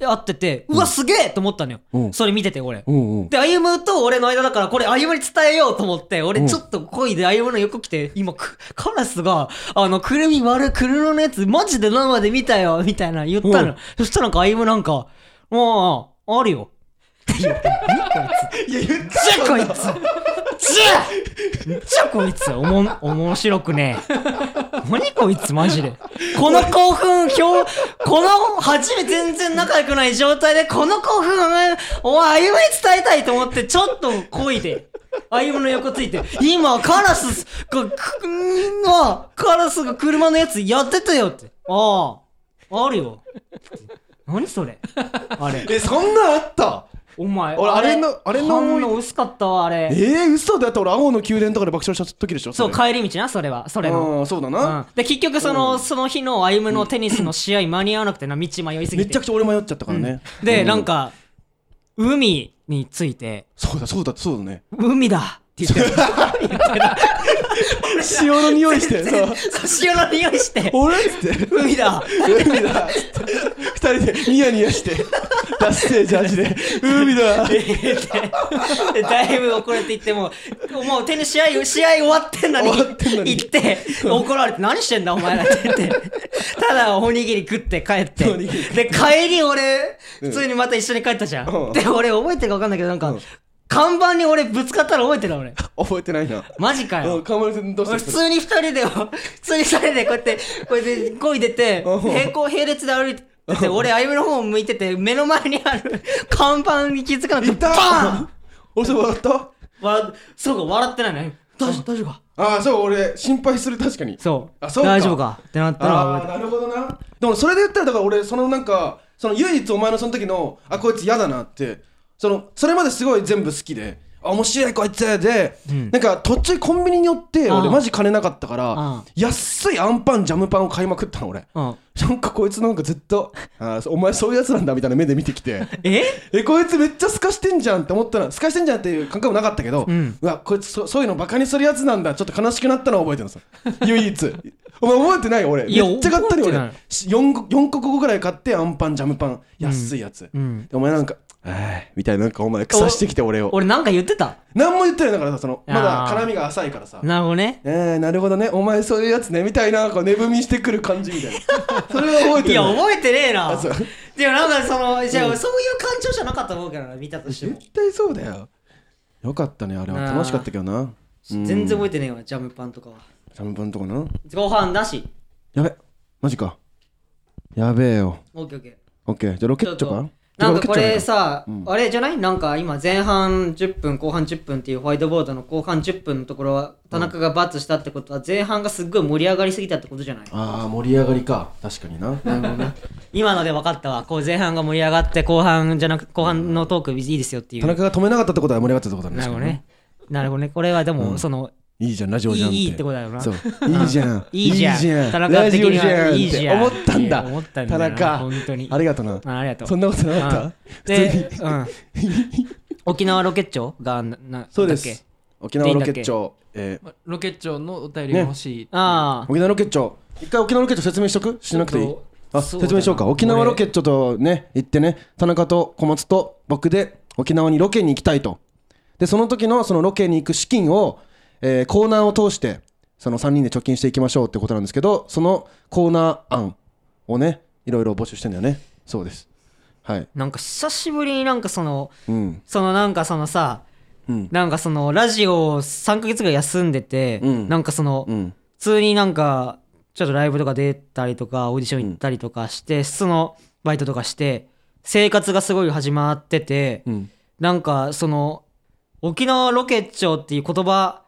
Speaker 2: あっててうわすげえと思ったのよ、
Speaker 3: うん
Speaker 2: それ見てて俺
Speaker 3: うんうん
Speaker 2: で、歩むと俺の間だから、これ歩むに伝えようと思って、俺ちょっと恋で歩むの横来て、今く、カラスが、あの、くるみ割るくるののやつ、マジで生で見たよ、みたいな言った
Speaker 3: う
Speaker 2: の。そしたらなんか歩むなんか、もう、あるよ。
Speaker 3: いや言っ
Speaker 2: じゃこいつじゃ じゃこいつおもん、面白くねえ。何こいつマジで。この興奮、表、この、初め全然仲良くない状態で、この興奮、お前、歩夢に伝えたいと思って、ちょっと恋で、歩夢の横ついて、今、カラスが、くんが、カラスが車のやつやってたよって。ああ、あるよ。何それあれ。
Speaker 3: えそんなんあった
Speaker 2: お前、
Speaker 3: 俺あれのあれの思い
Speaker 2: 反応薄かったわ、あれ。
Speaker 3: えー、嘘だって俺青の宮殿とかで爆笑した時でしょ
Speaker 2: そう
Speaker 3: れ
Speaker 2: 帰り道なそれはそれの、
Speaker 3: うんそうだ
Speaker 2: う、
Speaker 3: なん
Speaker 2: で結局その,、その日の歩夢のテニスの試合間に合わなくてな道迷いすぎ
Speaker 3: め
Speaker 2: て
Speaker 3: ちゃくちゃ俺迷っちゃったからね
Speaker 2: で、
Speaker 3: う
Speaker 2: なんか海について
Speaker 3: そうだそうだそうだね
Speaker 2: 「海だ!」って言って
Speaker 3: 塩の匂いして そう
Speaker 2: そう塩の匂いして
Speaker 3: 俺っつって
Speaker 2: 「海だ!」
Speaker 3: 海だっつって二人でニヤニヤしてダッセージ味で海だ
Speaker 2: でだいぶ怒られていってもうもう手に試合試合終わってんのに
Speaker 3: 終わってんのに
Speaker 2: 行って怒られて「何してんだお前ら」って言ってただおにぎり食って帰って
Speaker 3: おにぎり
Speaker 2: で帰り俺普通にまた一緒に帰ったじゃん、
Speaker 3: うん
Speaker 2: で俺覚えてるか分かんないけどなんか、看板に俺ぶつかったら覚えてる俺
Speaker 3: 覚えてないな
Speaker 2: マジかよ、
Speaker 3: うん川村君どう
Speaker 2: 俺
Speaker 3: し
Speaker 2: 普
Speaker 3: た
Speaker 2: 通に二人で普通に二人でこうやってこうやって漕いでて
Speaker 3: うん
Speaker 2: 平行並列で歩いてて俺歩夢の方向いてて目の前にある看板に気づかなくて
Speaker 3: いた
Speaker 2: バーン
Speaker 3: 俺それ笑った
Speaker 2: わそうか笑ってないね
Speaker 1: 大丈夫大丈夫か
Speaker 3: ああそう俺心配する確かに
Speaker 2: そう
Speaker 3: あそうか
Speaker 2: 大丈夫かってなったら
Speaker 3: ああなるほどなでもそれで言ったらだから俺そのなんかその唯一お前のその時のあこいつ嫌だなってそのそれまですごい全部好きであ面白いこいつで、
Speaker 2: うん
Speaker 3: なんか途中コンビニに寄って
Speaker 2: ああ
Speaker 3: 俺マジ金なかったか
Speaker 2: ああ
Speaker 3: ら安いあんパンジャムパンを買いまくったの俺
Speaker 2: うん
Speaker 3: なんかこいつなんかずっとああお前そういうやつなんだみたいな目で見てきて
Speaker 2: え
Speaker 3: えこいつめっちゃすかしてんじゃんって思ったらすかしてんじゃんっていう感覚もなかったけど、
Speaker 2: う
Speaker 3: うんわこいつそそういうのバカにするやつなんだちょっと悲しくなったのは 覚えてるさ唯一お前覚えてない俺
Speaker 2: いや
Speaker 3: めっちゃ買ったり
Speaker 2: 覚え
Speaker 3: 俺
Speaker 2: てない
Speaker 3: 4個4個5個ぐらい買ってあんパンジャムパン安いやつ、
Speaker 2: うん
Speaker 3: でお前なんか「えいみたいななんかお前腐してきて俺を
Speaker 2: 俺なんか言ってた
Speaker 3: 何も言ってないだからさその
Speaker 2: あー
Speaker 3: まだ絡みが浅いからさ
Speaker 2: なるほどね
Speaker 3: えー、なるほどねお前そういうやつねみたいなこう寝踏みしてくる感じみたい なそれは覚えて
Speaker 2: い
Speaker 3: る
Speaker 2: や覚えてねえな
Speaker 3: あそう
Speaker 2: でもなんかそのじゃあそういう感情じゃなかったと思うけどな見たとしても
Speaker 3: 絶対そうだよよかったねあれは
Speaker 2: なあ
Speaker 3: 楽しかったけどな
Speaker 2: 全然覚えてねえわジャムパンとかは
Speaker 3: ジャムパンとかな
Speaker 2: ご飯だし
Speaker 3: やべマジかやべえよ
Speaker 2: オッケーオッケー
Speaker 3: オッケーじゃあロケ
Speaker 2: ちょ
Speaker 3: ッ
Speaker 2: っ
Speaker 3: ト
Speaker 2: と
Speaker 3: か
Speaker 2: なんか
Speaker 3: て
Speaker 2: こ
Speaker 3: かロケッ
Speaker 2: れ
Speaker 3: トじ
Speaker 2: さ、
Speaker 3: うん
Speaker 2: あれじゃないなんか今前半10分後半10分っていうホワイトボードの後半10分のところは田中がバツしたってことは前半がすっごい盛り上がりすぎたってことじゃない
Speaker 3: ゃないああ盛り上がりか確かにな
Speaker 2: 今ので分かったわこう前半が盛り上がって後半じゃなく後半のトークいいですよっていう
Speaker 3: 田中が止めなかったってことは盛り上がったってことだね
Speaker 2: なるほどねなるほどねこれはでもその、
Speaker 3: いいじゃんラジオじゃん
Speaker 2: いいいいってことだよな
Speaker 3: そういいじゃん
Speaker 2: いいじゃん
Speaker 3: いいじゃん
Speaker 2: 田中的には
Speaker 3: ラジオ
Speaker 2: いいじゃん
Speaker 3: って思ったんだ
Speaker 2: いや思ったんだ
Speaker 3: 田
Speaker 2: よな
Speaker 3: 中
Speaker 2: 本当に
Speaker 3: ありがとな
Speaker 2: あありがとう
Speaker 3: そんなことなかった
Speaker 2: で
Speaker 3: 普通に
Speaker 2: うん、沖縄ロケッチョがなな
Speaker 3: そうで
Speaker 2: だっけ
Speaker 3: す沖縄ロケットえー
Speaker 5: まロケッチョのお便りが欲しい。
Speaker 2: ああ
Speaker 3: 沖縄ロケット一回沖縄ロケット説明しとくしなくてい
Speaker 5: ち
Speaker 3: い
Speaker 5: ょっと
Speaker 3: あ
Speaker 5: そうだな
Speaker 3: 説明しようか沖縄ロケットとね行ってね田中と小松と僕で沖縄にロケに行きたいとでその時のそのロケに行く資金を、えーコーナーを通してその3人で貯金していきましょうってことなんですけどそのコーナー案をねいろいろ募集してんだよねそうですはい
Speaker 2: なんか久しぶりになんかその
Speaker 3: うん
Speaker 2: そのなんかそのさ
Speaker 3: うん
Speaker 2: なんかそのラジオを3ヶ月ぐらい休んでて、
Speaker 3: うん
Speaker 2: なんかその、
Speaker 3: う
Speaker 2: 普
Speaker 3: ん
Speaker 2: 通になんかちょっとライブとか出たりとかオーディション行ったりとかして、そのバイトとかして生活がすごい始まってて、
Speaker 3: うん
Speaker 2: なんかその沖縄ロケッチョっていう言葉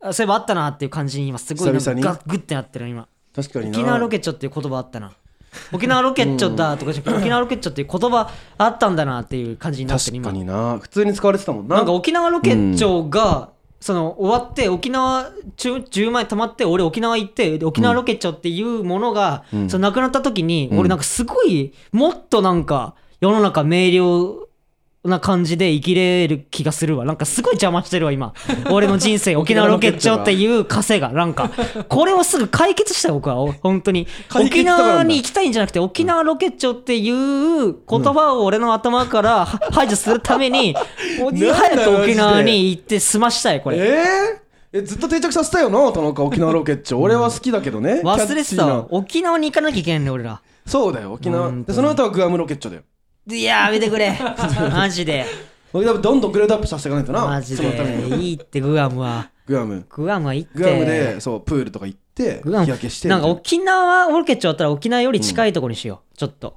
Speaker 2: あそういえばあったなっていう感じに今すごいなん
Speaker 3: 久
Speaker 2: か
Speaker 3: 々に
Speaker 2: ガッグッてなってる今
Speaker 3: 確かにな
Speaker 2: 沖縄ロケッチョっていう言葉あったな沖縄ロケッチョだとかじゃなくて沖縄ロケッチョっていう言葉あったんだなっていう感じになって
Speaker 3: 確
Speaker 2: る
Speaker 3: か
Speaker 2: 今
Speaker 3: にな普通に使われてたもんな
Speaker 2: なんか沖縄ロケッチョが、その終わって沖縄中10枚貯まって俺沖縄行ってで沖縄ロケッチョっていうものが、
Speaker 3: ん
Speaker 2: そのなくなった時に、俺なんかすごいもっとなんか世の中明瞭な感じで生きれる気がするわなんかすごい邪魔してる わ今俺の人生沖縄ロケッチョっていう稼がなんかこれをすぐ解決したい僕はお本当に
Speaker 3: 解決
Speaker 2: 沖
Speaker 3: したからなんだ
Speaker 2: 縄に行きたいんじゃなくて沖縄ロケッチョっていう言葉を俺の頭からは排除するた めにお
Speaker 3: なんだ
Speaker 2: 早く沖縄
Speaker 3: マジで
Speaker 2: に行って済ましたいこれ
Speaker 3: えー、えずっと定着させたよな田中沖縄ロケッチョ俺は好きだけどね
Speaker 2: 忘れて
Speaker 3: キャッチー
Speaker 2: た
Speaker 3: な
Speaker 2: わ沖縄に行かなきゃいけないんだよ俺ら
Speaker 3: そうだよ沖縄
Speaker 2: 本
Speaker 3: で
Speaker 2: 当に
Speaker 3: その後はグアムロケッチョだよ
Speaker 2: いやー見てく れマジで
Speaker 3: 俺多分どんどんグレードアップさせていかないとな
Speaker 2: マジ
Speaker 3: そのため
Speaker 2: で
Speaker 3: に
Speaker 2: いいってグアムは
Speaker 3: グアム
Speaker 2: グアムは行って
Speaker 3: グアムでそうプールとか行って
Speaker 2: グアム
Speaker 3: 日焼けして
Speaker 2: なんか沖縄ロケッチョだったら沖縄より近いところにしよう、ちょっと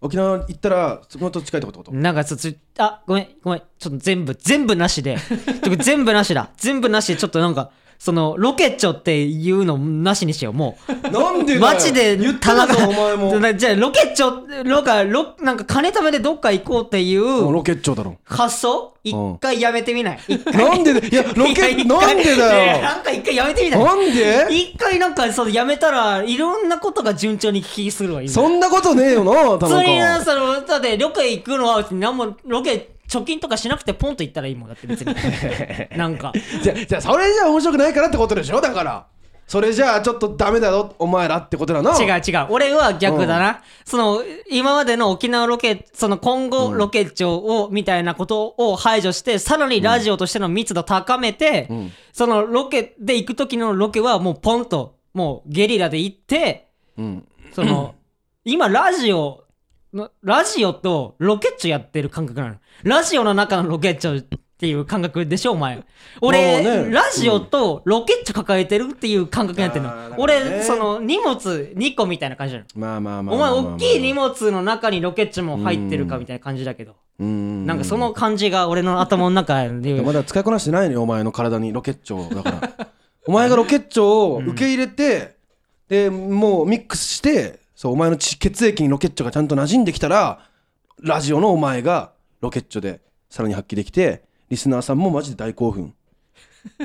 Speaker 3: 沖縄行ったらそこと近いって こと
Speaker 2: なんかちょっとあごめんごめんちょっと全部全部な しでてか全部なしだ全部なしでちょっとなんかそのロケッチョっていうのなしにしようもう
Speaker 3: なんでだよ
Speaker 2: マジで
Speaker 3: 言っただぞお前も
Speaker 2: なじゃあロケッチョロカロなんか金貯めでどっか行こうってい
Speaker 3: もう
Speaker 2: う
Speaker 3: ロケッチョだろ
Speaker 2: 発想一回やめてみ ない一回
Speaker 3: なんで だいやロケ
Speaker 2: 一回一回
Speaker 3: なんでだ
Speaker 2: ねえ
Speaker 3: よ
Speaker 2: なんか一回やめてみない
Speaker 3: なんで
Speaker 2: 一回なんかそのやめたらいろんなことが順調に聞きするわ今
Speaker 3: そんなことねえよな田
Speaker 2: 普通にな
Speaker 3: 中
Speaker 2: そのだってロケ行くのは何もロケ貯金とかしなくてポンと行ったらいいもんだって別に なんか
Speaker 3: じゃじゃあそれじゃ面白くないからってことでしょだからそれじゃあちょっとダメだろお前らってことだな
Speaker 2: 違う違う俺は逆だな、その今までの沖縄ロケその今後ロケ長を、みたいなことを排除してさらにラジオとしての密度高めて、そのロケで行く時のロケはもうポンともうゲリラで行って
Speaker 3: うん
Speaker 2: その今ラジオのラジオとロケッチョやってる感覚なのラジオの中のロケッチョっていう感覚でしょお前
Speaker 3: まあ
Speaker 2: 俺、
Speaker 3: ね
Speaker 2: ラジオとロケット抱えてるっていう感覚になってる
Speaker 3: あーな
Speaker 2: の、
Speaker 3: るほどね
Speaker 2: 俺その荷物2個みたいな感じなの
Speaker 3: まあまあまあ
Speaker 2: お
Speaker 3: ま
Speaker 2: 前
Speaker 3: あまあ
Speaker 2: 大きい荷物の中にロケッチも入ってるかみたいな感じだけど
Speaker 3: うん
Speaker 2: なんかその感じが俺の頭の中で
Speaker 3: まだ使いこなしてないのよお前の体にロケッチョをだから お前がロケッチョを受け入れて、でもうミックスしてそうお前の血血液にロケッチョがちゃんと馴染んできたらラジオのお前がロケッチョでさらに発揮できてリスナーさんもマジで大興奮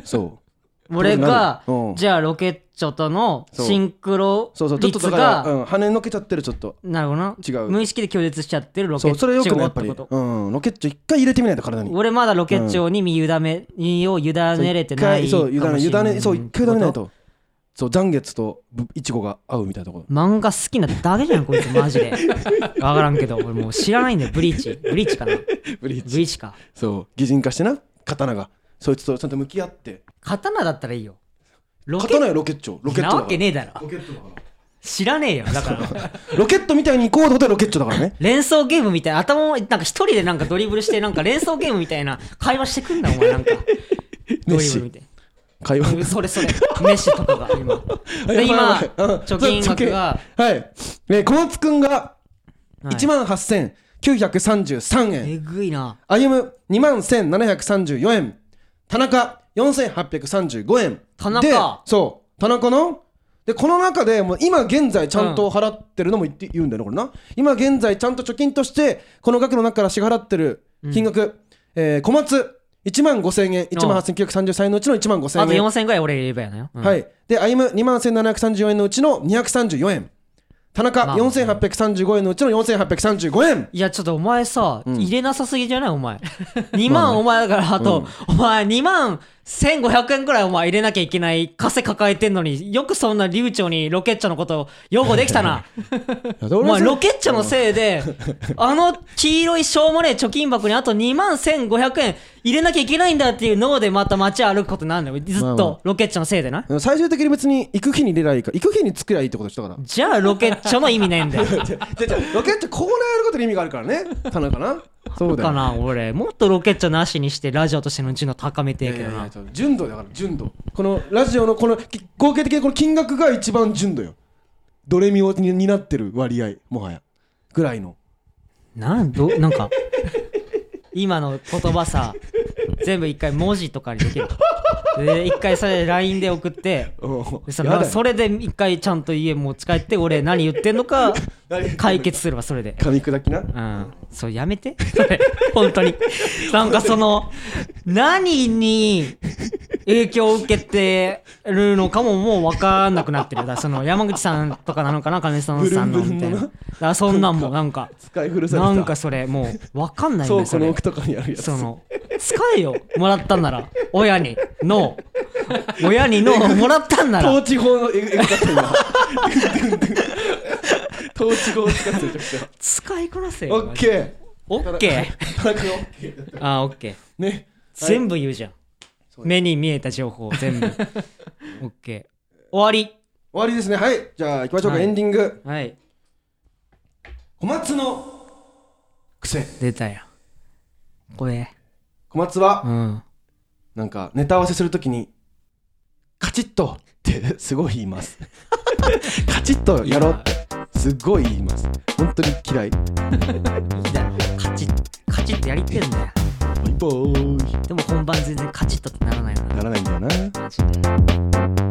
Speaker 3: そう
Speaker 2: 俺が
Speaker 3: うん
Speaker 2: じゃあロケッチョとのシンクロ
Speaker 3: そうそうちょっと
Speaker 2: 率
Speaker 3: だから、
Speaker 2: が
Speaker 3: うん、羽のけちゃってるちょっと
Speaker 2: なるほどな
Speaker 3: 違う
Speaker 2: 無意識で拒絶しちゃってるロケ
Speaker 3: そ
Speaker 2: ッ
Speaker 3: う
Speaker 2: チ
Speaker 3: それよくない
Speaker 2: ョ
Speaker 3: や
Speaker 2: を
Speaker 3: っ
Speaker 2: っ
Speaker 3: ぱ
Speaker 2: て
Speaker 3: り、
Speaker 2: こと
Speaker 3: うん、ロケッチョ一回入れてみないと体に
Speaker 2: 俺まだロケッチョに身委ね身を委ねれてない
Speaker 3: 一回そう委
Speaker 2: かも
Speaker 3: ね
Speaker 2: し
Speaker 3: 委
Speaker 2: れ
Speaker 3: ねそう一回委ねない
Speaker 2: こと
Speaker 3: とそう残月とぶいちごが合うみたいなところ
Speaker 2: 漫画好きなだけじゃんこいつマジでわから んけど俺もう知らないんだよブリーチブリーチかなブリーチブリーチか
Speaker 3: そう擬人化してな刀がそいつとちゃんと向き合って
Speaker 2: 刀だったらいいよロケッ
Speaker 3: 刀よロケッチョロケット
Speaker 2: な
Speaker 3: だ
Speaker 2: わ
Speaker 3: か
Speaker 2: け
Speaker 3: ら
Speaker 2: ねえだろ知らねえよだから
Speaker 3: ロケットみたいに行こうってことはロケッチョだからね
Speaker 2: 連想ゲームみたいな頭をなんか一人でなんかドリブルしてなんか連想ゲームみたいな会話してくんなお前 なんかドリブルみたい
Speaker 3: 会話
Speaker 2: なそれそれメッシとかが 今
Speaker 3: やば
Speaker 2: で今
Speaker 3: いやばいうん
Speaker 2: 貯金額が
Speaker 3: そう貯金はいえー小松くんが
Speaker 2: はい
Speaker 3: 1万8933円
Speaker 2: えぐいな
Speaker 3: 歩む2万1734円田中4835円
Speaker 2: 田中
Speaker 3: でそう田中のでこの中でもう今現在ちゃんと払ってるのも言って言うんだよねこれな今現在ちゃんと貯金としてこの額の中から支払ってる金額、えー小松1万5000円1万8933円のうちの1万5000円
Speaker 2: あと4000ぐらい俺入れればやなよ、うん
Speaker 3: はい。で、歩む2万1734円のうちの234円。田中
Speaker 2: まあ
Speaker 3: 4835円のうちの4835円。
Speaker 2: いやちょっとお前さ、入れなさすぎじゃないお前 2万お前だからあと、お前2万1500円ぐらいお前入れなきゃいけない枷抱えてんのによくそんな流暢にロケッチョのことを擁護できたな お前ロケッチョのせいであの黄色いしょうもねえ貯金箱にあと2万1500円入れなきゃいけないんだっていう脳でまた街歩くことになるんだよず
Speaker 3: まあ
Speaker 2: っ
Speaker 3: まあ
Speaker 2: とロケッチョのせいでな
Speaker 3: 最終的に別に行く日に出りゃいいか行く日に作りゃいいってことでしたから
Speaker 2: じゃあロケッチョの意味な いんだよ
Speaker 3: でじゃあロケットコーナーやることに意味があるからね田中なそうだよ
Speaker 2: かな俺もっとロケッチョなしにしてラジオとしての順位を高めてえけど
Speaker 3: いやい
Speaker 2: な
Speaker 3: やいや純度だから純度このラジオのこのき合計的にこの金額が一番純度よドレミをに担ってる割合もはやぐらいの
Speaker 2: なんどなんか今の言葉さ全部一回文字とかにできるで一回それ LINE で送って そ
Speaker 3: やだよ
Speaker 2: それで一回ちゃんと家持ち帰って俺何言ってんのか解決すればそれで
Speaker 3: 噛み砕きな
Speaker 2: うんそうやめてそれ本当になんかその何に影響を受けてるのかももう分かんなくなってるだからその山口さんとかなのかな金さんさんの
Speaker 3: ブルンブ
Speaker 2: みた
Speaker 3: ルンの
Speaker 2: い
Speaker 3: な
Speaker 2: なだからそんなんもなんか
Speaker 3: 使い古された
Speaker 2: なんかそれもう分かんないん
Speaker 3: 倉
Speaker 2: だよ
Speaker 3: 庫
Speaker 2: そ
Speaker 3: の
Speaker 2: れ
Speaker 3: 奥とかにあるやつ
Speaker 2: その使えよもらったんなら親にの親にのもらったんな
Speaker 3: 統
Speaker 2: ら
Speaker 3: 治法のえぐえぐ かった今統治法を使ってる時は
Speaker 2: 使いこなせよ
Speaker 3: オッケ
Speaker 2: オッケ
Speaker 3: ー田中オッケー
Speaker 2: ーあオッケー
Speaker 3: ね
Speaker 2: 全部言うじゃん目に見えた情報を 全部オッケー終わり
Speaker 3: 終わりですねはいじゃあ行きましょうか、
Speaker 2: は
Speaker 3: エ
Speaker 2: い
Speaker 3: ンディング
Speaker 2: はい
Speaker 3: 小松の癖
Speaker 2: 出たよこれ
Speaker 3: 小松は、
Speaker 2: うん
Speaker 3: なんかネタ合わせするときにカチッとってすごい言います カチッとやろうってすごい言います本当に嫌いバ
Speaker 2: いいだろカチッカチッとやりてんだよ
Speaker 3: イバーイ
Speaker 2: でも本番全然カチッとってならないの
Speaker 3: ならないんだよな
Speaker 2: マジで